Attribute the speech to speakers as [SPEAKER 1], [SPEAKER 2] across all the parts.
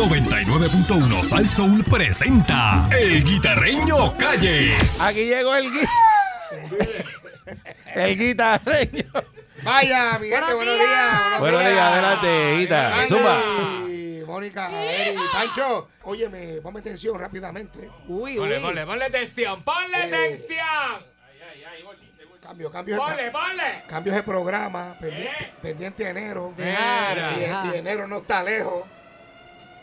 [SPEAKER 1] 99.1 Sal Soul presenta El Guitarreño Calle.
[SPEAKER 2] Aquí llegó el gui... el guitarreño.
[SPEAKER 3] Vaya, mi gente, buenos días.
[SPEAKER 2] Buenos días, adelante, Guita.
[SPEAKER 3] Andy,
[SPEAKER 2] Zumba.
[SPEAKER 3] Mónica, Eri, Pancho. Óyeme, ponme atención rápidamente. Uy,
[SPEAKER 4] Ponle, ponle, ponle tensión, ponle tensión.
[SPEAKER 3] Cambio, cambio.
[SPEAKER 4] Ponle, ponle.
[SPEAKER 3] Cambios de programa, pendiente, pendiente de enero.
[SPEAKER 4] Mira.
[SPEAKER 3] Y, y enero no está lejos.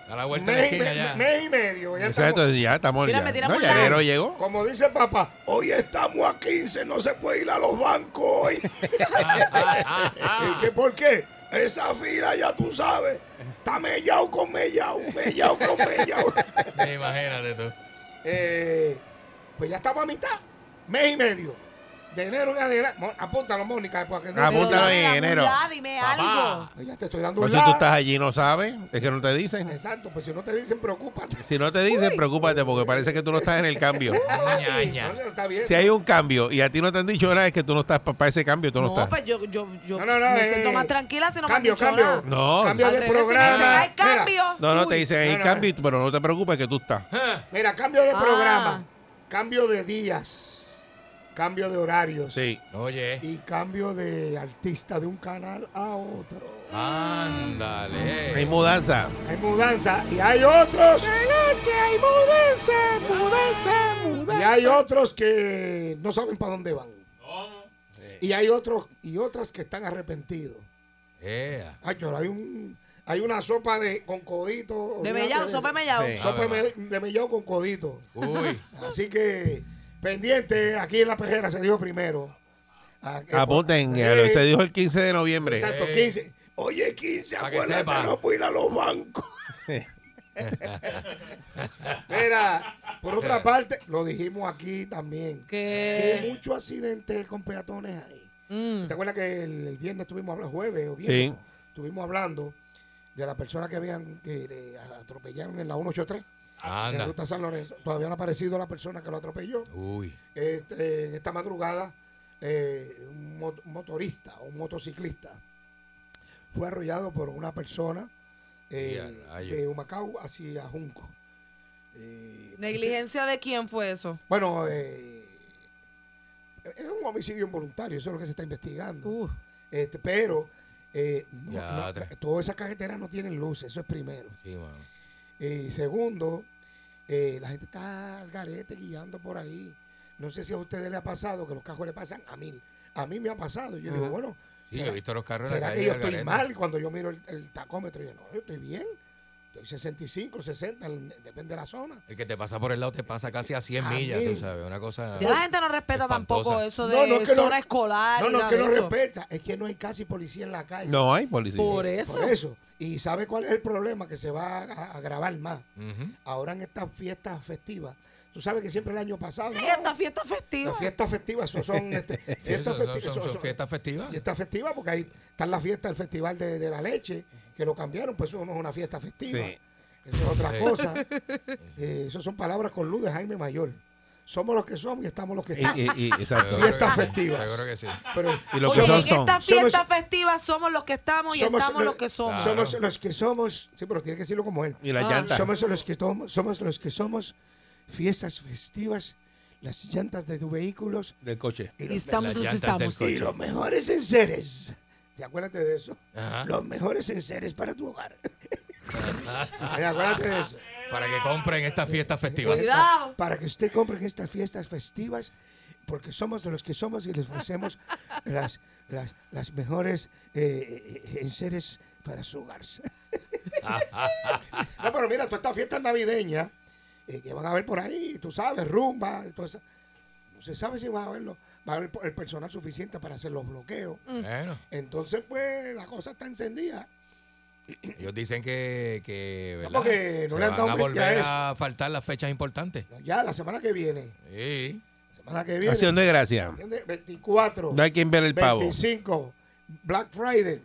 [SPEAKER 4] Da la vuelta a la
[SPEAKER 3] Mes y,
[SPEAKER 4] esquina
[SPEAKER 3] me-
[SPEAKER 4] ya.
[SPEAKER 3] mes y medio. ya
[SPEAKER 2] Exacto,
[SPEAKER 3] estamos-
[SPEAKER 2] ya estamos.
[SPEAKER 5] Tírame,
[SPEAKER 2] ya.
[SPEAKER 5] tírame
[SPEAKER 2] No,
[SPEAKER 5] un
[SPEAKER 2] ya
[SPEAKER 5] lado.
[SPEAKER 2] enero llegó.
[SPEAKER 3] Como dice papá, hoy estamos a 15, no se puede ir a los bancos hoy.
[SPEAKER 4] Ah,
[SPEAKER 3] ¿Y qué por qué? Esa fila ya tú sabes. Está mellao con mellao, mellao con mellao.
[SPEAKER 4] Sí, Imagínate tú.
[SPEAKER 3] Eh, pues ya estamos a mitad, mes y medio. De enero en adelante. Mo- Apúntalo, Mónica, después que
[SPEAKER 2] Ah,
[SPEAKER 5] Pero
[SPEAKER 2] Apúntalo
[SPEAKER 5] dame
[SPEAKER 2] en
[SPEAKER 5] algún
[SPEAKER 2] enero.
[SPEAKER 5] lado, Dime algo.
[SPEAKER 4] Papá.
[SPEAKER 3] Pues ya te estoy dando
[SPEAKER 2] Por
[SPEAKER 3] un
[SPEAKER 2] si tú
[SPEAKER 3] like.
[SPEAKER 2] estás allí y no sabes, es que no te dicen.
[SPEAKER 3] Exacto, pues si no te dicen, preocúpate.
[SPEAKER 2] Si no te dicen, preocúpate porque parece que tú no estás en el cambio.
[SPEAKER 4] Ñaña.
[SPEAKER 3] No, no, está bien.
[SPEAKER 2] Si hay un cambio y a ti no te han dicho nada, es que tú no estás para ese cambio, tú no,
[SPEAKER 5] No,
[SPEAKER 2] estás.
[SPEAKER 5] pues yo, yo, yo
[SPEAKER 3] No, no, no,
[SPEAKER 5] me
[SPEAKER 3] eh,
[SPEAKER 5] siento más
[SPEAKER 3] eh.
[SPEAKER 5] tranquila si no
[SPEAKER 3] Cambio,
[SPEAKER 5] me han
[SPEAKER 3] cambio.
[SPEAKER 5] dicho nada.
[SPEAKER 2] No,
[SPEAKER 3] Cambio
[SPEAKER 5] Al
[SPEAKER 3] de
[SPEAKER 5] revés, si me dicen,
[SPEAKER 3] programa.
[SPEAKER 5] "Hay cambio.
[SPEAKER 2] no, no,
[SPEAKER 5] Uy.
[SPEAKER 2] te dicen hay
[SPEAKER 3] No, no,
[SPEAKER 2] cambio, pero no te preocupes que tú estás.
[SPEAKER 4] Ah,
[SPEAKER 3] Mira, cambio de
[SPEAKER 5] Ah.
[SPEAKER 3] programa, cambio de días, cambio de horarios
[SPEAKER 2] Sí.
[SPEAKER 4] Oye.
[SPEAKER 3] y cambio de artista de un canal a otro.
[SPEAKER 2] Hay
[SPEAKER 4] Ándale.
[SPEAKER 2] mudanza.
[SPEAKER 3] Hay mudanza y hay otros. hay mudanza, mudanza, mudanza. Y hay otros que no saben para dónde van. Y hay otros y otras que están arrepentidos.
[SPEAKER 4] Ea.
[SPEAKER 3] Ay, pero hay un hay una sopa de con codito.
[SPEAKER 5] De
[SPEAKER 3] olvídate
[SPEAKER 5] mellao,
[SPEAKER 3] eso.
[SPEAKER 5] sopa de mellao.
[SPEAKER 2] Sí.
[SPEAKER 3] Sopa
[SPEAKER 4] Ave María.
[SPEAKER 3] de- de mellao con codito.
[SPEAKER 4] Uy.
[SPEAKER 3] Así que pendiente, aquí en la pejera se dijo primero. Ah, que-
[SPEAKER 2] Apunten,
[SPEAKER 3] Sí,
[SPEAKER 2] eh, se dijo el 15 de noviembre.
[SPEAKER 3] Exacto,
[SPEAKER 4] Sí.
[SPEAKER 3] 15. Oye, 15,
[SPEAKER 4] Pa' que
[SPEAKER 3] acuérdate,
[SPEAKER 4] sepa.
[SPEAKER 3] no puedo ir a los bancos. Mira, por otra parte, lo dijimos aquí también, que
[SPEAKER 5] Que.
[SPEAKER 3] muchos accidentes con peatones hay.
[SPEAKER 5] Mm.
[SPEAKER 3] ¿Te acuerdas que el, el viernes estuvimos hablando, jueves o viernes,
[SPEAKER 2] Sí.
[SPEAKER 3] estuvimos hablando de la persona que habían, que le atropellaron en la 183, en la
[SPEAKER 4] Anda.
[SPEAKER 3] ruta San Lorenzo? Todavía no ha aparecido la persona que lo atropelló.
[SPEAKER 4] Uy.
[SPEAKER 3] Este, en esta madrugada eh, un mot- un motorista o un motociclista fue arrollado por una persona eh,
[SPEAKER 4] Y a rayos.
[SPEAKER 3] de Humacao hacia Junco. Eh,
[SPEAKER 5] ¿Negligencia de quién fue eso?
[SPEAKER 3] pues, Bueno, eh, es un homicidio involuntario, eso es lo que se está investigando.
[SPEAKER 5] Uh,
[SPEAKER 3] Este, pero eh, no-
[SPEAKER 4] Ya,
[SPEAKER 3] no,
[SPEAKER 4] otra.
[SPEAKER 3] todas esas carreteras no tienen luces, eso es primero.
[SPEAKER 4] Sí, mano.
[SPEAKER 3] Eh, segundo, eh, la gente está al garete guiando por ahí. No sé si a ustedes les ha pasado que los cajos le pasan a mí. A mí me ha pasado. Yo digo, bueno,
[SPEAKER 4] Sí, yo
[SPEAKER 3] ¿será,
[SPEAKER 4] he visto los carros en la
[SPEAKER 3] será que
[SPEAKER 4] calle.
[SPEAKER 3] yo
[SPEAKER 4] al
[SPEAKER 3] estoy
[SPEAKER 4] garete.
[SPEAKER 3] mal? Y Cuando yo miro el, el tacómetro, yo no, yo estoy bien. Estoy 65, 60, el- depende de la zona.
[SPEAKER 4] El que te pasa por el lado te pasa casi a 100
[SPEAKER 3] A
[SPEAKER 4] millas,
[SPEAKER 3] mí.
[SPEAKER 4] tú sabes. Una cosa.
[SPEAKER 5] la gente no respeta
[SPEAKER 4] Espantosa.
[SPEAKER 5] tampoco eso de
[SPEAKER 3] No, no, es que no-
[SPEAKER 5] zona escolar.
[SPEAKER 3] No,
[SPEAKER 5] y
[SPEAKER 3] no,
[SPEAKER 5] nada
[SPEAKER 3] que
[SPEAKER 5] de
[SPEAKER 3] no
[SPEAKER 5] eso.
[SPEAKER 3] respeta. Es que no hay casi policía en la calle.
[SPEAKER 2] No hay policía.
[SPEAKER 5] Por eso.
[SPEAKER 3] Por eso. ¿Y sabe cuál es el problema? Que se va a, a agravar más.
[SPEAKER 4] Ujú.
[SPEAKER 3] Ahora en estas fiestas festivas. Tú sabes que siempre el año pasado. ¿no?
[SPEAKER 5] Fiesta, fiesta festiva.
[SPEAKER 3] Las fiestas festivas son, son, este,
[SPEAKER 4] Sí,
[SPEAKER 3] fiestas
[SPEAKER 4] son-
[SPEAKER 3] festi-
[SPEAKER 4] son-
[SPEAKER 3] son-
[SPEAKER 4] son
[SPEAKER 3] son-
[SPEAKER 4] fiestas festivas.
[SPEAKER 3] fiestas festivas, porque ahí está la fiesta del Festival de, de la Leche, que lo cambiaron, pues eso no es una fiesta festiva.
[SPEAKER 2] Sí.
[SPEAKER 3] Eso es otra
[SPEAKER 4] Sí.
[SPEAKER 3] cosa. Eh, eso son palabras con luz de Jaime Mayor. Somos los que somos y estamos los que
[SPEAKER 2] Y-
[SPEAKER 3] estamos.
[SPEAKER 2] y- y- exacto.
[SPEAKER 4] Seguro que
[SPEAKER 3] Fiestas
[SPEAKER 4] sí,
[SPEAKER 3] festivas.
[SPEAKER 4] Seguro que sí.
[SPEAKER 3] Pero
[SPEAKER 2] Y lo
[SPEAKER 5] Porque
[SPEAKER 2] que son,
[SPEAKER 5] en
[SPEAKER 2] son.
[SPEAKER 5] esta
[SPEAKER 3] Somos-
[SPEAKER 5] fiesta festiva somos los que estamos y estamos los que somos.
[SPEAKER 4] Claro.
[SPEAKER 3] somos los que somos. Sí, pero tiene que decirlo como él.
[SPEAKER 2] Y las
[SPEAKER 5] Ah,
[SPEAKER 2] llantas.
[SPEAKER 3] Somos los que somos, somos los que somos fiestas festivas, las llantas de tus vehículos
[SPEAKER 2] Del coche.
[SPEAKER 3] y
[SPEAKER 5] Y
[SPEAKER 3] los
[SPEAKER 5] estamos
[SPEAKER 4] Las
[SPEAKER 5] los que
[SPEAKER 4] llantas del
[SPEAKER 5] estamos.
[SPEAKER 4] coche.
[SPEAKER 3] Y los mejores enseres. ¿Te acuérdate de eso?
[SPEAKER 4] Ajá.
[SPEAKER 3] Los mejores enseres para tu hogar. Ay, acuérdate de eso.
[SPEAKER 4] Para que compren estas fiestas festivas.
[SPEAKER 5] Cuidado.
[SPEAKER 3] Para que usted compre en estas fiestas festivas, porque somos de los que somos y les ofrecemos las, las, las mejores eh, eh, enseres para su hogar. no, pero mira, todas estas fiestas navideñas eh, que van a haber por ahí, tú sabes, rumba, y todo eso. No se sabe si va a haberlo, va a haber el personal suficiente para hacer los bloqueos.
[SPEAKER 4] Bueno,
[SPEAKER 3] Entonces, pues, la cosa está encendida.
[SPEAKER 4] ellos dicen que, que ¿verdad?
[SPEAKER 3] porque no
[SPEAKER 4] Se
[SPEAKER 3] le han
[SPEAKER 4] van
[SPEAKER 3] dado
[SPEAKER 4] a
[SPEAKER 3] un brinque a
[SPEAKER 4] volver
[SPEAKER 3] eso.
[SPEAKER 4] a faltar las fechas importantes.
[SPEAKER 3] Ya la semana que viene,
[SPEAKER 4] Sí.
[SPEAKER 3] la semana que viene,
[SPEAKER 2] Acción de gracia.
[SPEAKER 3] ¿entiendes? 24,
[SPEAKER 2] No hay quien ver el pavo.
[SPEAKER 3] 25, Black Friday.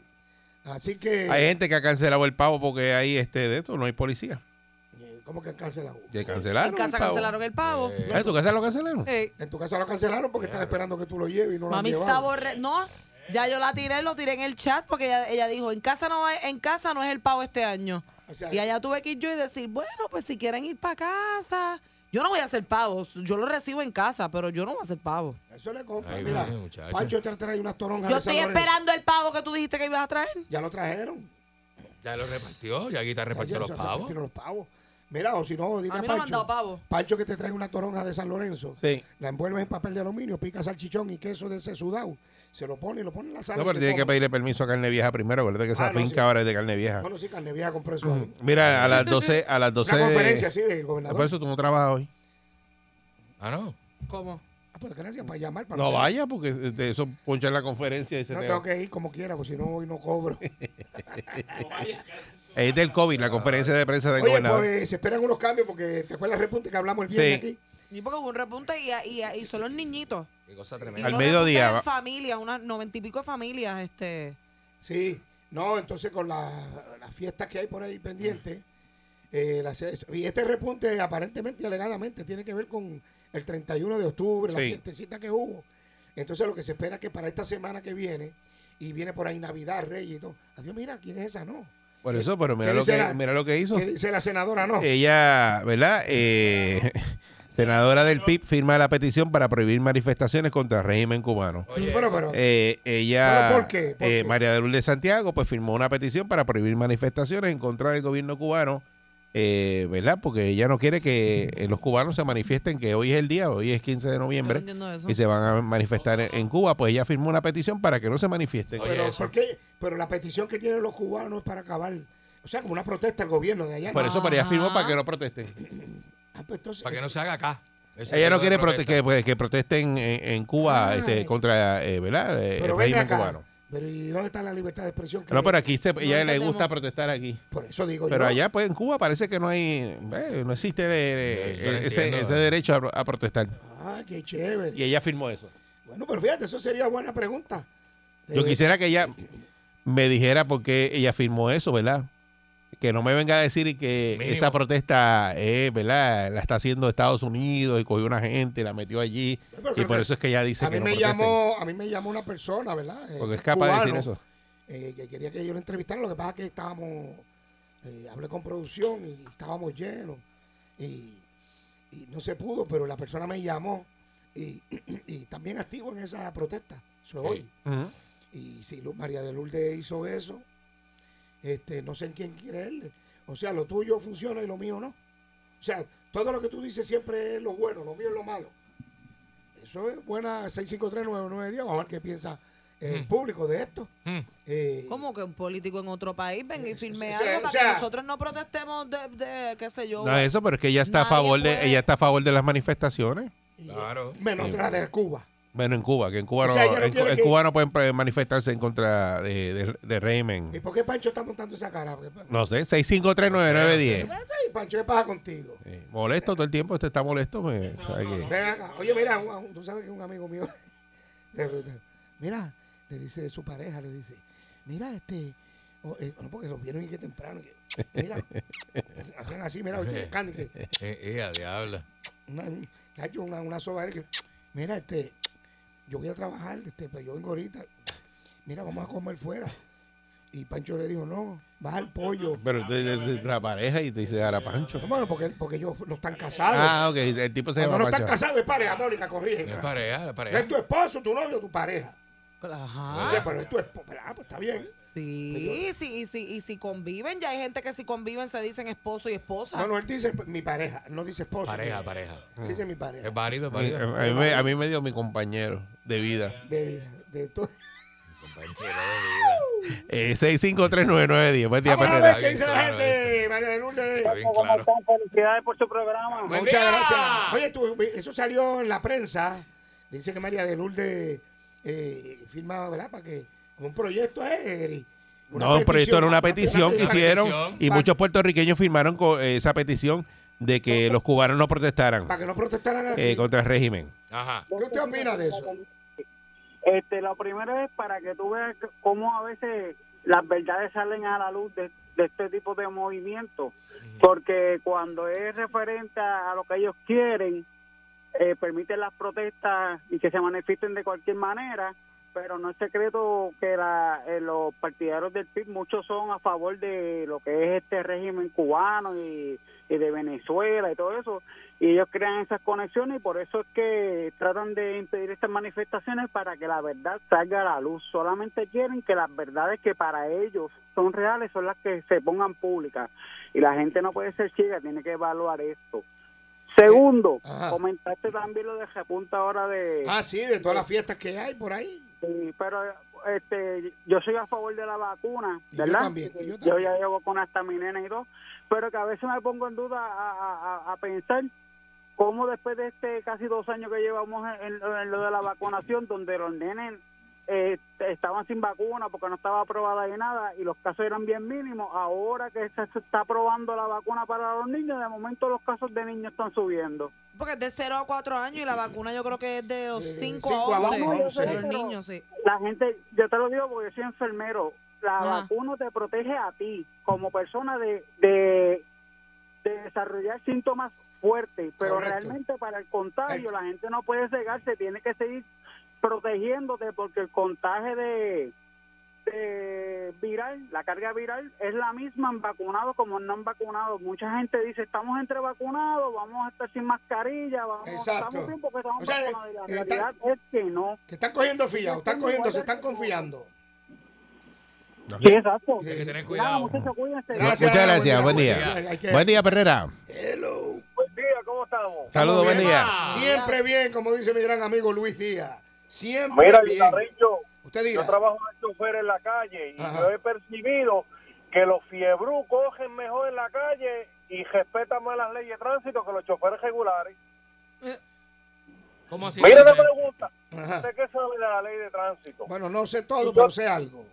[SPEAKER 3] Así que,
[SPEAKER 2] Hay gente que ha cancelado el pavo porque hay este de esto, no hay policía.
[SPEAKER 3] eh, ¿cómo que cancelaron?
[SPEAKER 2] Que
[SPEAKER 5] En
[SPEAKER 2] cancelaron.
[SPEAKER 5] casa
[SPEAKER 2] el pavo.
[SPEAKER 5] cancelaron el pavo.
[SPEAKER 4] Eh,
[SPEAKER 2] Ah, ¿En tu casa lo cancelaron?
[SPEAKER 5] Eh,
[SPEAKER 3] En tu casa lo cancelaron porque están esperando que tú lo lleves y no lo han
[SPEAKER 5] Mami está
[SPEAKER 3] llevado.
[SPEAKER 5] borre. No, ya yo la tiré, lo tiré en el chat porque ella, ella dijo, en casa no hay- en casa no es el pavo este año.
[SPEAKER 3] O sea,
[SPEAKER 5] Y allá tuve que ir yo y decir, bueno, pues si quieren ir para casa. Yo no voy a hacer pavos. Yo lo recibo en casa, pero yo no voy a hacer pavos.
[SPEAKER 3] Eso le compra.
[SPEAKER 4] Ay,
[SPEAKER 3] Mira,
[SPEAKER 4] bueno, muchacho.
[SPEAKER 3] Pancho te trae unas toronjas.
[SPEAKER 5] Yo
[SPEAKER 3] de San
[SPEAKER 5] estoy
[SPEAKER 3] Lorenzo.
[SPEAKER 5] esperando el pavo que tú dijiste que ibas a traer.
[SPEAKER 3] Ya lo trajeron.
[SPEAKER 4] Ya lo repartió, ya Guita repartió
[SPEAKER 3] Ya,
[SPEAKER 4] los
[SPEAKER 3] ya se
[SPEAKER 4] pavos.
[SPEAKER 3] repartieron los pavos. Mira, o si no, dile
[SPEAKER 5] A
[SPEAKER 3] a
[SPEAKER 5] mí no me han
[SPEAKER 3] Pancho.
[SPEAKER 5] dado pavo.
[SPEAKER 3] Pancho que te trae una toronja de San Lorenzo.
[SPEAKER 2] Sí.
[SPEAKER 3] La envuelves en papel de aluminio, pica salchichón y queso de ese sudado. Se lo pone y lo pone en la sala.
[SPEAKER 2] No,
[SPEAKER 3] y
[SPEAKER 2] pero
[SPEAKER 3] te
[SPEAKER 2] tiene que
[SPEAKER 3] come.
[SPEAKER 2] pedirle permiso a Carne Vieja primero. Acuérdate que esa
[SPEAKER 3] Ah, no,
[SPEAKER 2] finca
[SPEAKER 3] sí.
[SPEAKER 2] ahora es de Carne Vieja.
[SPEAKER 3] Bueno, sí, carne vieja compré eso. ahí.
[SPEAKER 2] Mira, a las 12. A las
[SPEAKER 3] Una
[SPEAKER 2] 12
[SPEAKER 3] conferencia, sí, del
[SPEAKER 2] Por
[SPEAKER 3] gobernador.
[SPEAKER 2] eso tú no trabajas hoy.
[SPEAKER 4] Ah, no.
[SPEAKER 5] ¿Cómo?
[SPEAKER 3] Ah, pues gracias para llamar. Para
[SPEAKER 2] No
[SPEAKER 3] que-
[SPEAKER 2] vaya, porque de eso ponchar la conferencia y se
[SPEAKER 3] No
[SPEAKER 2] te
[SPEAKER 3] tengo que ir como quiera, porque si no, hoy no cobro.
[SPEAKER 2] Es del COVID, la conferencia de prensa del
[SPEAKER 3] Oye,
[SPEAKER 2] gobernador.
[SPEAKER 3] pues se esperan unos cambios porque te acuerdas el repunte que hablamos el viernes
[SPEAKER 2] Sí.
[SPEAKER 3] aquí.
[SPEAKER 5] Y porque hubo un repunte y, y, y son los niñitos.
[SPEAKER 4] Qué cosa
[SPEAKER 5] Y
[SPEAKER 4] tremenda.
[SPEAKER 2] Al
[SPEAKER 5] unos
[SPEAKER 2] mediodía
[SPEAKER 5] repuntes
[SPEAKER 2] va-
[SPEAKER 5] En familias, unas noventa y pico de familias. Este,
[SPEAKER 3] Sí, no, entonces con la- las fiestas que hay por ahí pendientes, eh, las- y este repunte aparentemente y alegadamente tiene que ver con el 31 de octubre, la
[SPEAKER 2] Sí.
[SPEAKER 3] fiestecita que hubo. Entonces lo que se espera es que para esta semana que viene, y viene por ahí Navidad, Reyes y todo, adiós, mira, ¿quién es esa? No.
[SPEAKER 2] Por eso, pero mira
[SPEAKER 3] ¿Qué
[SPEAKER 2] lo,
[SPEAKER 3] dice
[SPEAKER 2] que,
[SPEAKER 3] la-
[SPEAKER 2] mira lo que hizo.
[SPEAKER 3] ¿Qué dice la senadora? No.
[SPEAKER 2] Eh, Ella, ¿verdad? Eh, senadora del PIB firma la petición para prohibir manifestaciones contra el régimen cubano.
[SPEAKER 3] Bueno, pero,
[SPEAKER 2] Eh, ella,
[SPEAKER 3] ¿Pero por qué? ¿Por
[SPEAKER 2] eh,
[SPEAKER 3] qué?
[SPEAKER 2] María de Lourdes Santiago, pues firmó una petición para prohibir manifestaciones en contra del gobierno cubano, eh, ¿verdad? Porque ella no quiere que eh, los cubanos se manifiesten que hoy es el día, hoy es 15 de
[SPEAKER 5] yo no
[SPEAKER 2] noviembre
[SPEAKER 5] entiendo eso.
[SPEAKER 2] y se van a manifestar en, en Cuba, pues ella firmó una petición para que no se manifiesten.
[SPEAKER 4] Oye,
[SPEAKER 3] pero,
[SPEAKER 4] eso.
[SPEAKER 3] ¿por qué? pero la petición que tienen los cubanos es para acabar, o sea, como una protesta al gobierno de allá.
[SPEAKER 2] Por eso, pero ella firmó
[SPEAKER 5] Ajá.
[SPEAKER 2] para que no protesten.
[SPEAKER 3] Ah, pues entonces-
[SPEAKER 4] Para que no se haga acá. Ese
[SPEAKER 2] Ella no
[SPEAKER 4] tipo de
[SPEAKER 2] quiere prote-
[SPEAKER 4] protesta.
[SPEAKER 2] que, pues, que protesten en, en Cuba
[SPEAKER 3] Ah.
[SPEAKER 2] este, contra eh, ¿verdad? Eh,
[SPEAKER 3] pero
[SPEAKER 2] el
[SPEAKER 3] ven
[SPEAKER 2] régimen
[SPEAKER 3] acá.
[SPEAKER 2] cubano.
[SPEAKER 3] Pero ¿y dónde está la libertad de expresión? que
[SPEAKER 2] No,
[SPEAKER 3] le-
[SPEAKER 2] pero aquí se- ella le
[SPEAKER 5] entendemos.
[SPEAKER 2] gusta protestar aquí.
[SPEAKER 3] Por eso digo
[SPEAKER 2] Pero
[SPEAKER 3] yo.
[SPEAKER 2] allá, pues en Cuba parece que no hay, eh, no existe eh,
[SPEAKER 4] Yo- yo
[SPEAKER 2] eh, ese,
[SPEAKER 4] entiendo.
[SPEAKER 2] ese derecho a, a protestar.
[SPEAKER 3] Ah, qué chévere.
[SPEAKER 2] Y ella firmó eso.
[SPEAKER 3] Bueno, pero fíjate, eso sería buena pregunta.
[SPEAKER 2] Yo
[SPEAKER 3] Eh,
[SPEAKER 2] quisiera que ella me dijera por qué ella firmó eso, ¿verdad? Que no me venga a decir que
[SPEAKER 4] Mínimo.
[SPEAKER 2] esa protesta, eh, ¿verdad? La está haciendo Estados Unidos y cogió una gente, la metió allí.
[SPEAKER 3] Pero
[SPEAKER 2] Y
[SPEAKER 3] creo
[SPEAKER 2] por
[SPEAKER 3] que
[SPEAKER 2] eso es que ella dice
[SPEAKER 3] a
[SPEAKER 2] que
[SPEAKER 3] mí
[SPEAKER 2] no
[SPEAKER 3] me
[SPEAKER 2] protesten.
[SPEAKER 3] llamó, a mí me llamó una persona, ¿verdad? Eh,
[SPEAKER 2] Porque es capaz de decir
[SPEAKER 3] cubano,
[SPEAKER 2] eso.
[SPEAKER 3] eh, que quería que yo lo entrevistara, lo que pasa es que estábamos, eh, hablé con producción y estábamos llenos y, y no se pudo, pero la persona me llamó y, y también activo en esa protesta, eso es
[SPEAKER 4] Sí.
[SPEAKER 3] hoy. Y si Lu- María de Lourdes hizo eso, este, no sé en quién creerle. O sea, lo tuyo funciona y lo mío no. O sea, todo lo que tú dices siempre es lo bueno, lo mío es lo malo. Eso es buena 6539910. Vamos a ver qué piensa el
[SPEAKER 4] Mm.
[SPEAKER 3] público de esto.
[SPEAKER 4] Mm.
[SPEAKER 3] Eh,
[SPEAKER 5] ¿Cómo que un político en otro país venga y firme
[SPEAKER 3] o sea,
[SPEAKER 5] algo
[SPEAKER 3] o
[SPEAKER 5] para
[SPEAKER 3] sea-
[SPEAKER 5] que nosotros no protestemos de, de, qué sé yo?
[SPEAKER 2] No, eso, pero es que ella está a
[SPEAKER 5] Nadie
[SPEAKER 2] favor de,
[SPEAKER 5] puede.
[SPEAKER 2] ella está a favor de las manifestaciones.
[SPEAKER 3] y-
[SPEAKER 4] Claro.
[SPEAKER 3] Menos la de Cuba.
[SPEAKER 2] Bueno, en Cuba, que en Cuba
[SPEAKER 3] O
[SPEAKER 2] no,
[SPEAKER 3] sea, ella no
[SPEAKER 2] en, Cu-
[SPEAKER 3] quiere
[SPEAKER 2] en
[SPEAKER 3] que-
[SPEAKER 2] Cuba no pueden pre- manifestarse en contra de, de, de
[SPEAKER 3] ¿Y
[SPEAKER 2] régimen.
[SPEAKER 3] por qué Pancho está montando esa cara? Porque-
[SPEAKER 2] No sé, 6539910.
[SPEAKER 3] Ay, Pancho, ¿qué pasa contigo?
[SPEAKER 2] Eh, molesto todo el tiempo, usted está molesto. me- sabe que-
[SPEAKER 3] Ven acá. Oye, mira, un- un- tú sabes que un amigo mío. le pregunta, mira, le dice su pareja, le dice, mira, este. o, eh, no, porque lo vieron y que temprano. que, mira, hacen así, mira, oye, buscando, y que
[SPEAKER 4] Eh, eh, a diabla.
[SPEAKER 3] una, que hay una, una soba de que, mira, este, yo voy a trabajar, este, pero yo vengo ahorita. Mira, vamos a comer fuera. Y Pancho le dijo, no, baja el pollo.
[SPEAKER 2] Pero de, de- de la pareja y te dice Ara Pancho.
[SPEAKER 3] No, bueno, porque, porque ellos no están casados.
[SPEAKER 2] Ah, ok, el tipo se
[SPEAKER 3] Cuando no
[SPEAKER 2] llama
[SPEAKER 3] están
[SPEAKER 2] Pancho.
[SPEAKER 3] casados es pareja, Mónica, corrige.
[SPEAKER 4] No es pareja, la pareja.
[SPEAKER 3] Es tu esposo, tu novio, tu pareja.
[SPEAKER 5] Ajá.
[SPEAKER 3] O sea, pero es tu esposo. Ah, pues está bien.
[SPEAKER 5] Sí, sí, y si, y si conviven, ya hay gente que si conviven se dicen esposo y esposa.
[SPEAKER 3] No, no, él dice pues, mi pareja, no dice esposo.
[SPEAKER 4] Pareja, pareja.
[SPEAKER 3] Él Dice mi pareja.
[SPEAKER 4] Es válido, es
[SPEAKER 2] A mí,
[SPEAKER 4] válido.
[SPEAKER 2] a mí me- a mí me dio mi compañero de vida.
[SPEAKER 3] De vida, de todo.
[SPEAKER 4] Compañero de vida.
[SPEAKER 2] Eh, 6539910. Buen día,
[SPEAKER 3] Vamos a
[SPEAKER 2] Perrera.
[SPEAKER 3] ver qué dice la gente, María de Lourdes.
[SPEAKER 4] Está bien claro.
[SPEAKER 6] Felicidades por su programa.
[SPEAKER 4] Buen
[SPEAKER 3] Muchas
[SPEAKER 4] día.
[SPEAKER 3] gracias. Oye, tú, eso salió en la prensa. Dice que María de Lourdes eh, firma, ¿verdad? Para que, como un proyecto es, Eri. Una
[SPEAKER 2] No, pero esto era una
[SPEAKER 3] petición
[SPEAKER 2] petición que hicieron
[SPEAKER 4] petición.
[SPEAKER 2] y muchos puertorriqueños firmaron con esa petición de que los cubanos no protestaran
[SPEAKER 3] Para que no protestaran aquí.
[SPEAKER 2] eh, contra el régimen.
[SPEAKER 4] Ajá.
[SPEAKER 3] ¿Qué usted opina de eso?
[SPEAKER 6] Este, lo primero es para que tú veas c- cómo a veces las verdades salen a la luz de, de este tipo de movimientos, porque cuando es referente a, a lo que ellos quieren, eh, permiten las protestas y que se manifiesten de cualquier manera, pero no es secreto que la- eh, los partidarios del PIB, muchos son a favor de lo que es este régimen cubano y, y de Venezuela y todo eso, y ellos crean esas conexiones y por eso es que tratan de impedir estas manifestaciones para que la verdad salga a la luz. Solamente quieren que las verdades que para ellos son reales son las que se pongan públicas y la gente no puede ser ciega, tiene que evaluar esto. Segundo,
[SPEAKER 3] Ajá.
[SPEAKER 6] comentaste también lo de Repunta ahora de...
[SPEAKER 3] Ah, sí, de todas las fiestas que hay por ahí.
[SPEAKER 6] Sí, pero este, yo soy a favor de la vacuna,
[SPEAKER 3] Y yo
[SPEAKER 6] ¿verdad?
[SPEAKER 3] también, y yo
[SPEAKER 6] ya
[SPEAKER 3] también.
[SPEAKER 6] llevo con hasta mi nena y todo, pero que a veces me pongo en duda a, a- a- a pensar cómo después de este casi dos años que llevamos en, en- en lo de la vacunación, donde los nenes eh, estaban sin vacuna porque no estaba aprobada ni nada y los casos eran bien mínimos, ahora que se se está aprobando la vacuna para los niños, de momento los casos de niños están subiendo.
[SPEAKER 5] Porque es de 0 a 4 años y la vacuna yo creo que es de los
[SPEAKER 3] Eh,
[SPEAKER 5] 5
[SPEAKER 3] cinco a
[SPEAKER 5] a 11.
[SPEAKER 3] once.
[SPEAKER 5] De los niños, sí.
[SPEAKER 6] la gente, yo te lo digo porque yo soy enfermero, la
[SPEAKER 5] Ajá.
[SPEAKER 6] vacuna te protege a ti como persona de, de, de desarrollar síntomas fuertes, pero
[SPEAKER 3] Correcto.
[SPEAKER 6] realmente para el contagio la gente no puede cegarse, tiene que seguir protegiéndote porque el contagio de, de viral, la carga viral es la misma en vacunados como en no en vacunados. Mucha gente dice, estamos entre vacunados, vamos a estar sin mascarilla, vamos,
[SPEAKER 3] Exacto.
[SPEAKER 6] estamos bien porque estamos
[SPEAKER 3] O sea,
[SPEAKER 6] vacunados. Y la
[SPEAKER 3] eh, está-
[SPEAKER 6] realidad es que no.
[SPEAKER 3] Que están cogiendo fiado, están cogiendo, se están confiando.
[SPEAKER 6] Sí, exacto.
[SPEAKER 4] Hay que tener
[SPEAKER 6] Nada,
[SPEAKER 4] cuidado.
[SPEAKER 6] muchachos, cuídense.
[SPEAKER 3] Gracias,
[SPEAKER 2] Muchas gracias, buen
[SPEAKER 3] buen
[SPEAKER 2] día.
[SPEAKER 3] día, buen día. Hay que-
[SPEAKER 2] Buen día, Perrera.
[SPEAKER 3] Hello.
[SPEAKER 6] Buen día, ¿cómo estamos?
[SPEAKER 2] Saludos, buen
[SPEAKER 4] bien.
[SPEAKER 2] día.
[SPEAKER 4] Ah,
[SPEAKER 3] Siempre bien, como dice mi gran amigo Luis Díaz. Siempre
[SPEAKER 7] Mira,
[SPEAKER 3] bien.
[SPEAKER 7] Guitarrillo,
[SPEAKER 3] Usted diga.
[SPEAKER 7] yo trabajo de chofer en la calle y
[SPEAKER 3] Ajá.
[SPEAKER 7] yo he percibido que los fiebrú cogen mejor en la calle y respetan más las leyes de tránsito que los choferes regulares.
[SPEAKER 4] ¿Cómo así?
[SPEAKER 7] Mira,
[SPEAKER 4] ¿Cómo
[SPEAKER 7] una
[SPEAKER 4] así?
[SPEAKER 7] pregunta.
[SPEAKER 3] Ajá.
[SPEAKER 7] ¿Usted qué sabe de la ley de tránsito?
[SPEAKER 3] Ah. Bueno, no sé todo, pero sé algo.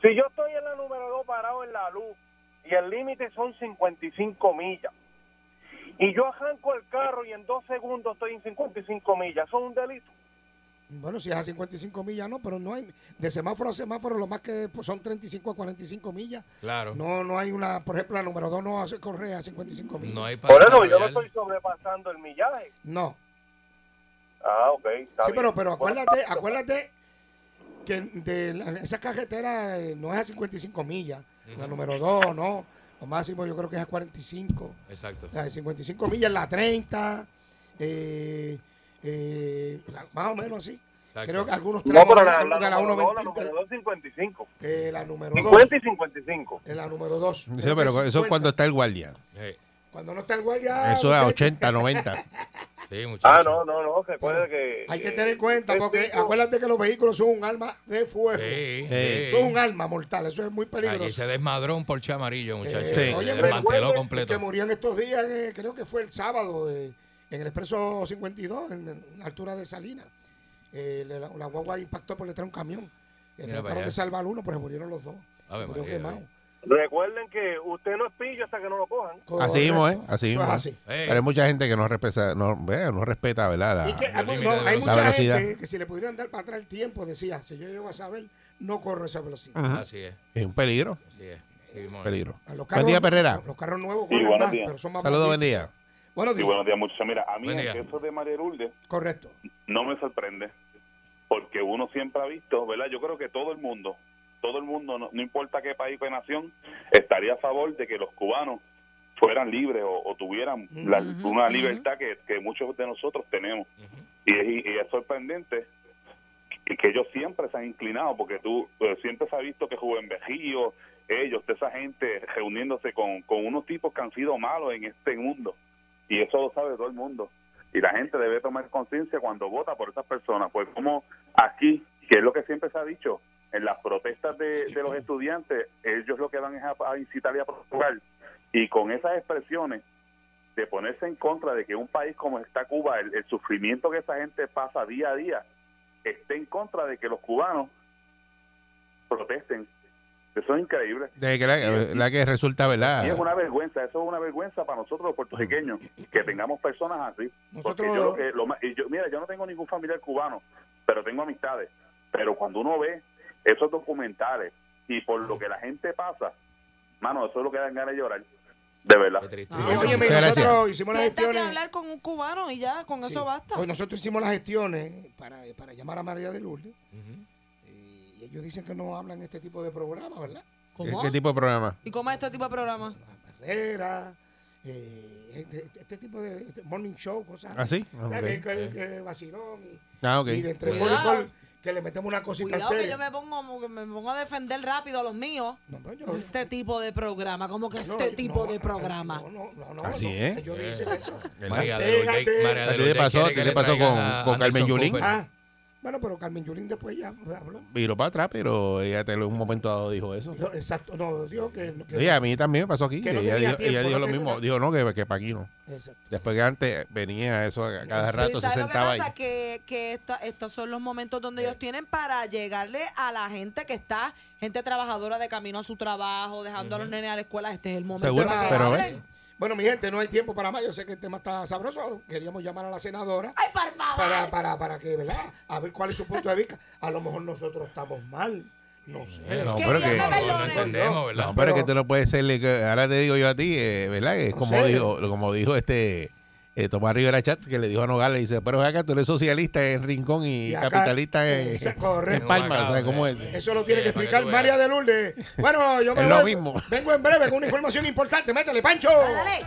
[SPEAKER 7] Si yo estoy en la número 2 parado en la luz y el límite son 55 millas y yo arranco el carro y en dos segundos estoy en 55 millas, ¿eso es un delito?
[SPEAKER 3] Bueno, si es a 55 millas, no, pero no hay. De semáforo a semáforo, lo más que pues, son 35 a 45 millas.
[SPEAKER 4] Claro. No,
[SPEAKER 3] No, no hay una. Por ejemplo, la número 2 no hace- corre a 55 millas. No.
[SPEAKER 4] hay para
[SPEAKER 7] Por eso yo no
[SPEAKER 4] desarrollar.
[SPEAKER 7] estoy sobrepasando el millaje. Ah, ok. está
[SPEAKER 3] Sí,
[SPEAKER 7] bien.
[SPEAKER 3] pero, pero
[SPEAKER 7] Bueno,
[SPEAKER 3] acuérdate, acuérdate que de la- esa carretera eh, no es a 55 millas. La número 2, no. Lo máximo yo creo que es a 45.
[SPEAKER 4] Exacto.
[SPEAKER 3] La de 55 millas, la 30, eh, eh, la- más o menos así.
[SPEAKER 4] Exacto.
[SPEAKER 3] Creo que algunos
[SPEAKER 7] No,
[SPEAKER 3] tramos
[SPEAKER 7] pero
[SPEAKER 3] de
[SPEAKER 7] la,
[SPEAKER 3] la,
[SPEAKER 7] la,
[SPEAKER 3] de la
[SPEAKER 7] número
[SPEAKER 3] 1.20,
[SPEAKER 7] dos, la número dos, 55.
[SPEAKER 3] eh, la número 2,
[SPEAKER 7] 50 y 55.
[SPEAKER 3] eh, la número 2.
[SPEAKER 2] Sí, pero eso es cuando está el guardia.
[SPEAKER 4] Eh,
[SPEAKER 3] Cuando no está el guardia.
[SPEAKER 2] Eso es a
[SPEAKER 3] muchacho,
[SPEAKER 2] 80, 90.
[SPEAKER 4] Sí, muchachos.
[SPEAKER 7] Ah, no, no, no, recuerde que...
[SPEAKER 3] Hay que
[SPEAKER 7] eh,
[SPEAKER 3] tener cuenta,
[SPEAKER 7] el
[SPEAKER 3] porque
[SPEAKER 7] tipo-
[SPEAKER 3] acuérdate que los vehículos son un arma de fuego.
[SPEAKER 4] Sí,
[SPEAKER 2] Eh,
[SPEAKER 4] sí.
[SPEAKER 3] Son un arma mortal, eso es muy peligroso.
[SPEAKER 4] Allí se desmadró un Porsche amarillo, muchachos.
[SPEAKER 3] Eh,
[SPEAKER 4] Se
[SPEAKER 3] oye,
[SPEAKER 4] desmanteló
[SPEAKER 7] recuerde
[SPEAKER 3] El que
[SPEAKER 4] completo.
[SPEAKER 3] murió en estos días, eh, creo que fue el sábado, eh, en el expreso 52, en, en la altura de Salinas. Eh, la, la guagua impactó por detrás de un camión. Eh,
[SPEAKER 4] Mira para
[SPEAKER 3] trataron
[SPEAKER 4] allá.
[SPEAKER 3] de salvar uno, pero se murieron los dos.
[SPEAKER 4] Ave
[SPEAKER 3] Se murió
[SPEAKER 4] María, eh.
[SPEAKER 3] quemado.
[SPEAKER 7] Recuerden que usted no es pillo hasta que no lo cojan.
[SPEAKER 2] Así mismo, ¿eh?
[SPEAKER 3] Correcto.
[SPEAKER 2] Así
[SPEAKER 3] Eso
[SPEAKER 2] mismo.
[SPEAKER 3] es
[SPEAKER 2] ¿eh?
[SPEAKER 3] así.
[SPEAKER 4] Eh,
[SPEAKER 2] Pero hay mucha gente que no respeta, no, vea, no respeta ¿verdad? La-
[SPEAKER 3] Y que,
[SPEAKER 4] Ah, el
[SPEAKER 3] algo-
[SPEAKER 4] límite
[SPEAKER 3] no,
[SPEAKER 4] de
[SPEAKER 3] hay
[SPEAKER 4] velocidad.
[SPEAKER 3] mucha
[SPEAKER 2] La velocidad.
[SPEAKER 3] gente que si le pudieran dar para atrás el tiempo, decía, si yo llego a saber, no corro esa velocidad.
[SPEAKER 4] Así es,
[SPEAKER 2] Es un peligro.
[SPEAKER 4] así es. Sí, mismo es.
[SPEAKER 2] peligro.
[SPEAKER 3] A los
[SPEAKER 2] Buen día, Perrera.
[SPEAKER 3] Los, los carros nuevos
[SPEAKER 8] Sí,
[SPEAKER 3] corren
[SPEAKER 8] buenos
[SPEAKER 3] más,
[SPEAKER 8] días.
[SPEAKER 3] pero son más
[SPEAKER 2] Saludos, buen
[SPEAKER 3] malditos.
[SPEAKER 2] día.
[SPEAKER 3] Buenos
[SPEAKER 8] Sí,
[SPEAKER 3] días.
[SPEAKER 8] buenos días, muchachos. Mira, a mí
[SPEAKER 4] Buen
[SPEAKER 8] el
[SPEAKER 4] día.
[SPEAKER 8] eso de María Lourdes
[SPEAKER 3] Correcto.
[SPEAKER 8] no me sorprende, porque uno siempre ha visto, ¿verdad? Yo creo que todo el mundo, todo el mundo, no, no importa qué país o nación, estaría a favor de que los cubanos fueran libres o, o tuvieran la-
[SPEAKER 5] Ujú,
[SPEAKER 8] una
[SPEAKER 5] ujú.
[SPEAKER 8] libertad que, que muchos de nosotros tenemos.
[SPEAKER 4] Ujú.
[SPEAKER 8] Y es, y es sorprendente que, que ellos siempre se han inclinado, porque tú eh, siempre se ha visto que Juven Bejío, ellos, toda esa gente reuniéndose con, con unos tipos que han sido malos en este mundo. Y eso lo sabe todo el mundo. Y la gente debe tomar conciencia cuando vota por esas personas. Pues como aquí, que es lo que siempre se ha dicho, en las protestas de, de los estudiantes, ellos lo que van es a, a incitar y a provocar. Y con esas expresiones de ponerse en contra de que un país como está Cuba, el, el sufrimiento que esa gente pasa día a día, esté en contra de que los cubanos protesten. Eso es increíble.
[SPEAKER 2] De que la, la que resulta, ¿verdad?
[SPEAKER 8] Y es una vergüenza, eso es una vergüenza para nosotros los puertorriqueños, que tengamos personas así. Porque yo lo
[SPEAKER 3] Nosotros.
[SPEAKER 8] que, lo más- y yo, mira, yo no tengo ningún familiar cubano, pero tengo amistades. Pero cuando uno ve esos documentales y por lo que la gente pasa, mano, eso es lo que dan ganas de llorar. De verdad.
[SPEAKER 4] Qué triste.
[SPEAKER 5] Ah,
[SPEAKER 3] Y oye,
[SPEAKER 2] Muchas gracias.
[SPEAKER 3] nosotros hicimos las
[SPEAKER 5] Siéntate a
[SPEAKER 3] gestiones.
[SPEAKER 5] hablar con un cubano y ya, con
[SPEAKER 3] Sí.
[SPEAKER 5] eso basta.
[SPEAKER 3] Pues nosotros hicimos las gestiones para, para llamar a María de Lourdes
[SPEAKER 4] Ujú.
[SPEAKER 3] Y ellos dicen que no hablan este tipo de programa, ¿verdad?
[SPEAKER 2] ¿Qué,
[SPEAKER 5] ¿Cómo?
[SPEAKER 2] qué tipo de programa?
[SPEAKER 5] ¿Y cómo es este tipo de programa?
[SPEAKER 3] Carrera, eh, este, este tipo de este morning show, cosas
[SPEAKER 2] ¿Ah, sí?
[SPEAKER 3] O
[SPEAKER 2] Ah,
[SPEAKER 3] sea, que-
[SPEAKER 2] ok.
[SPEAKER 3] que- que vacilón y,
[SPEAKER 2] Ah, ok.
[SPEAKER 3] y de entre
[SPEAKER 5] Cuidado.
[SPEAKER 3] voleibol, que le metemos una cosita
[SPEAKER 5] Cuidado que
[SPEAKER 3] seria.
[SPEAKER 5] yo me pongo, que me pongo a defender rápido a los míos.
[SPEAKER 3] No, no, yo-
[SPEAKER 5] Este tipo de programa, como que
[SPEAKER 3] no,
[SPEAKER 5] este
[SPEAKER 3] no,
[SPEAKER 5] tipo de
[SPEAKER 3] no,
[SPEAKER 5] programa.
[SPEAKER 3] No, no, no, no,
[SPEAKER 2] Así
[SPEAKER 3] no,
[SPEAKER 2] es. Eh.
[SPEAKER 3] Ellos dicen eso.
[SPEAKER 4] María de
[SPEAKER 3] Pégate.
[SPEAKER 4] Lourdes- María de
[SPEAKER 2] ¿A ti te
[SPEAKER 4] Lourdes
[SPEAKER 2] pasó?
[SPEAKER 4] quiere
[SPEAKER 2] ¿A ti
[SPEAKER 4] que
[SPEAKER 2] te
[SPEAKER 4] le
[SPEAKER 2] pasó
[SPEAKER 4] traigan
[SPEAKER 2] con-
[SPEAKER 4] a
[SPEAKER 2] con Carmen
[SPEAKER 4] Anderson
[SPEAKER 2] Yulín?
[SPEAKER 4] Cooper. Eh,
[SPEAKER 3] Ah, bueno, pero Carmen Yulín después ya habló.
[SPEAKER 2] Viró para atrás, pero ella te- en un momento dado dijo eso.
[SPEAKER 3] Dijo, Exacto, no, dijo que... que-
[SPEAKER 2] Oye, a mí también me pasó aquí.
[SPEAKER 3] que no
[SPEAKER 2] ella
[SPEAKER 3] tenía
[SPEAKER 2] dijo,
[SPEAKER 3] tiempo,
[SPEAKER 2] ella dijo
[SPEAKER 3] no
[SPEAKER 2] lo
[SPEAKER 3] tenía-
[SPEAKER 2] mismo. Dijo, no, que, que para aquí no.
[SPEAKER 3] Exacto.
[SPEAKER 2] Después que antes venía eso a cada
[SPEAKER 3] Sí,
[SPEAKER 2] rato, se
[SPEAKER 5] ¿sabes lo que
[SPEAKER 2] sentaba ahí. Eh.
[SPEAKER 5] pasa? Que, que esto- estos son los momentos donde ellos tienen para llegarle a la gente que está, gente trabajadora de camino a su trabajo, dejando a los nenes a la escuela. Este es el momento
[SPEAKER 2] Seguro,
[SPEAKER 5] para que
[SPEAKER 2] pero
[SPEAKER 5] hablen.
[SPEAKER 2] ve.
[SPEAKER 3] Bueno, mi gente, no hay tiempo para más. Yo sé que el tema está sabroso. Queríamos llamar a la senadora
[SPEAKER 5] ¡Ay, por favor!
[SPEAKER 3] para, para, para que, ¿verdad? A ver cuál es su punto de vista. A lo mejor nosotros estamos mal. No sé.
[SPEAKER 4] Eh, No,
[SPEAKER 5] Que
[SPEAKER 4] pero
[SPEAKER 5] Dios
[SPEAKER 4] que
[SPEAKER 5] me
[SPEAKER 4] no, no
[SPEAKER 5] perdone.
[SPEAKER 4] entendemos, ¿verdad?
[SPEAKER 2] No, pero es
[SPEAKER 3] Pero-
[SPEAKER 2] que tú no puedes serle. que- Ahora te digo yo a ti, eh, ¿verdad? Que es
[SPEAKER 3] No
[SPEAKER 2] como
[SPEAKER 3] sé.
[SPEAKER 2] dijo, como dijo este eh, Tomás Rivera Chat, que le dijo a Nogales, dice, pero ven acá tú eres socialista en Rincón y,
[SPEAKER 3] Y acá-
[SPEAKER 2] capitalista en,
[SPEAKER 3] Esa- correcto.
[SPEAKER 2] en Palma,
[SPEAKER 4] Acá,
[SPEAKER 2] ¿sabes cómo
[SPEAKER 4] eh,
[SPEAKER 2] es?
[SPEAKER 4] eh.
[SPEAKER 3] Eso lo tiene
[SPEAKER 4] Sí,
[SPEAKER 3] que
[SPEAKER 4] para que
[SPEAKER 3] explicar
[SPEAKER 4] tú
[SPEAKER 3] María de
[SPEAKER 4] veas.
[SPEAKER 3] Lourdes. Bueno, yo me
[SPEAKER 2] Es lo
[SPEAKER 3] voy-
[SPEAKER 2] mismo.
[SPEAKER 3] Vengo en breve con una información importante. Métele, Pancho.
[SPEAKER 5] Dale.